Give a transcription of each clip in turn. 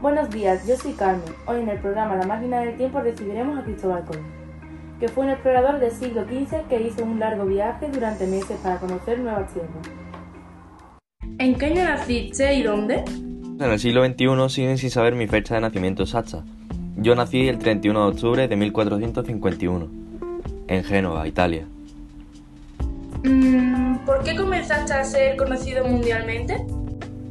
Buenos días, yo soy Carmen. Hoy en el programa La Máquina del Tiempo recibiremos a Cristóbal Colón, que fue un explorador del siglo XV que hizo un largo viaje durante meses para conocer nuevas tierras. ¿En qué año naciste y dónde? En el siglo XXI siguen sin saber mi fecha de nacimiento exacta. Yo nací el 31 de octubre de 1451, en Génova, Italia. Mm, ¿Por qué comenzaste a ser conocido mundialmente?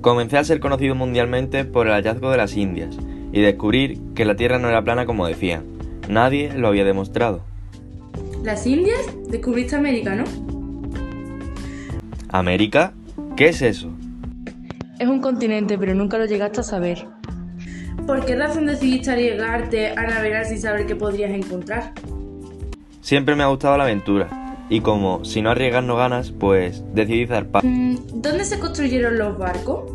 Comencé a ser conocido mundialmente por el hallazgo de las Indias y descubrir que la Tierra no era plana como decían. Nadie lo había demostrado. Las Indias, descubriste América, ¿no? ¿América? ¿Qué es eso? Es un continente, pero nunca lo llegaste a saber. ¿Por qué razón decidiste arriesgarte a navegar sin saber qué podrías encontrar? Siempre me ha gustado la aventura y como si no arriesgas no ganas, pues decidí zarpar. Mm, ¿Dónde se construyeron los barcos?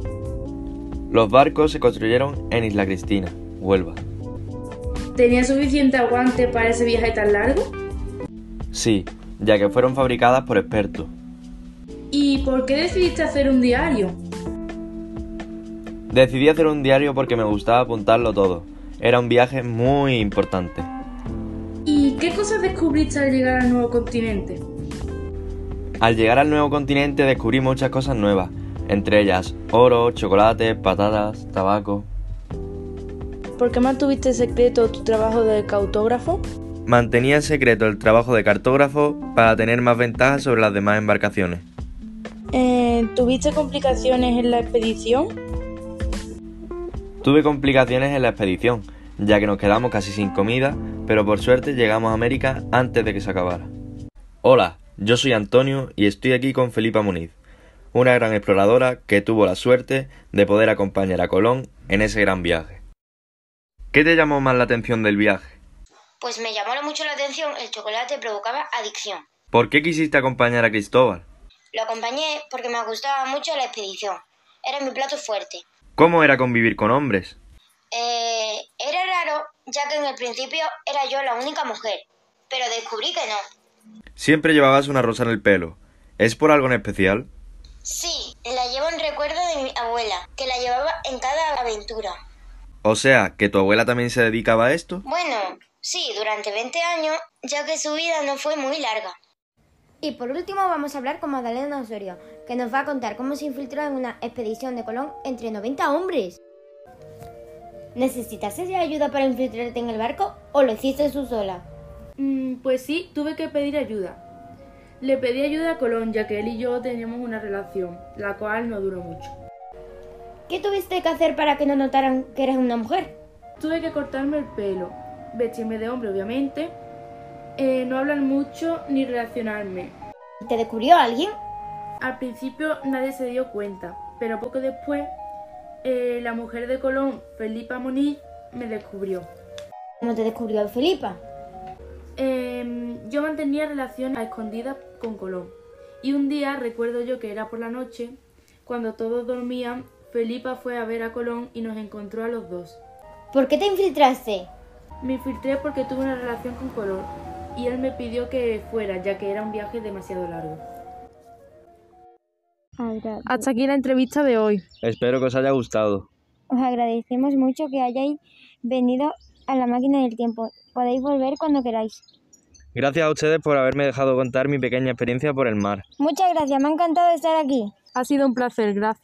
Los barcos se construyeron en Isla Cristina, Huelva. ¿Tenían suficiente aguante para ese viaje tan largo? Sí, ya que fueron fabricadas por expertos. ¿Y por qué decidiste hacer un diario? Decidí hacer un diario porque me gustaba apuntarlo todo. Era un viaje muy importante. ¿Y qué cosas descubriste al llegar al nuevo continente? Al llegar al nuevo continente descubrí muchas cosas nuevas, entre ellas oro, chocolate, patatas, tabaco. ¿Por qué mantuviste secreto tu trabajo de cautógrafo? Mantenía en secreto el trabajo de cartógrafo para tener más ventajas sobre las demás embarcaciones. Eh, ¿Tuviste complicaciones en la expedición? Tuve complicaciones en la expedición, ya que nos quedamos casi sin comida, pero por suerte llegamos a América antes de que se acabara. Hola, yo soy Antonio y estoy aquí con Felipa Muniz, una gran exploradora que tuvo la suerte de poder acompañar a Colón en ese gran viaje. ¿Qué te llamó más la atención del viaje? Pues me llamó mucho la atención, el chocolate provocaba adicción. ¿Por qué quisiste acompañar a Cristóbal? Lo acompañé porque me gustaba mucho la expedición. Era mi plato fuerte. ¿Cómo era convivir con hombres? Eh, era raro, ya que en el principio era yo la única mujer, pero descubrí que no. Siempre llevabas una rosa en el pelo. ¿Es por algo en especial? Sí, la llevo en recuerdo de mi abuela, que la llevaba en cada aventura. O sea, que tu abuela también se dedicaba a esto. Bueno, sí, durante 20 años, ya que su vida no fue muy larga. Y por último vamos a hablar con Magdalena Osorio, que nos va a contar cómo se infiltró en una expedición de Colón entre 90 hombres. ¿Necesitas de ayuda para infiltrarte en el barco o lo hiciste tú sola? Mm, pues sí, tuve que pedir ayuda. Le pedí ayuda a Colón, ya que él y yo teníamos una relación, la cual no duró mucho. ¿Qué tuviste que hacer para que no notaran que eres una mujer? Tuve que cortarme el pelo, vestirme de hombre, obviamente, eh, no hablar mucho ni relacionarme. ¿Te descubrió alguien? Al principio nadie se dio cuenta, pero poco después eh, la mujer de Colón, Felipa Moniz, me descubrió. ¿Cómo te descubrió Felipa? Eh, yo mantenía relación a escondidas con Colón. Y un día, recuerdo yo que era por la noche, cuando todos dormían, Felipa fue a ver a Colón y nos encontró a los dos. ¿Por qué te infiltraste? Me infiltré porque tuve una relación con Colón y él me pidió que fuera, ya que era un viaje demasiado largo. Hasta aquí la entrevista de hoy. Espero que os haya gustado. Os agradecemos mucho que hayáis venido a la máquina del tiempo. Podéis volver cuando queráis. Gracias a ustedes por haberme dejado contar mi pequeña experiencia por el mar. Muchas gracias, me ha encantado estar aquí. Ha sido un placer, gracias.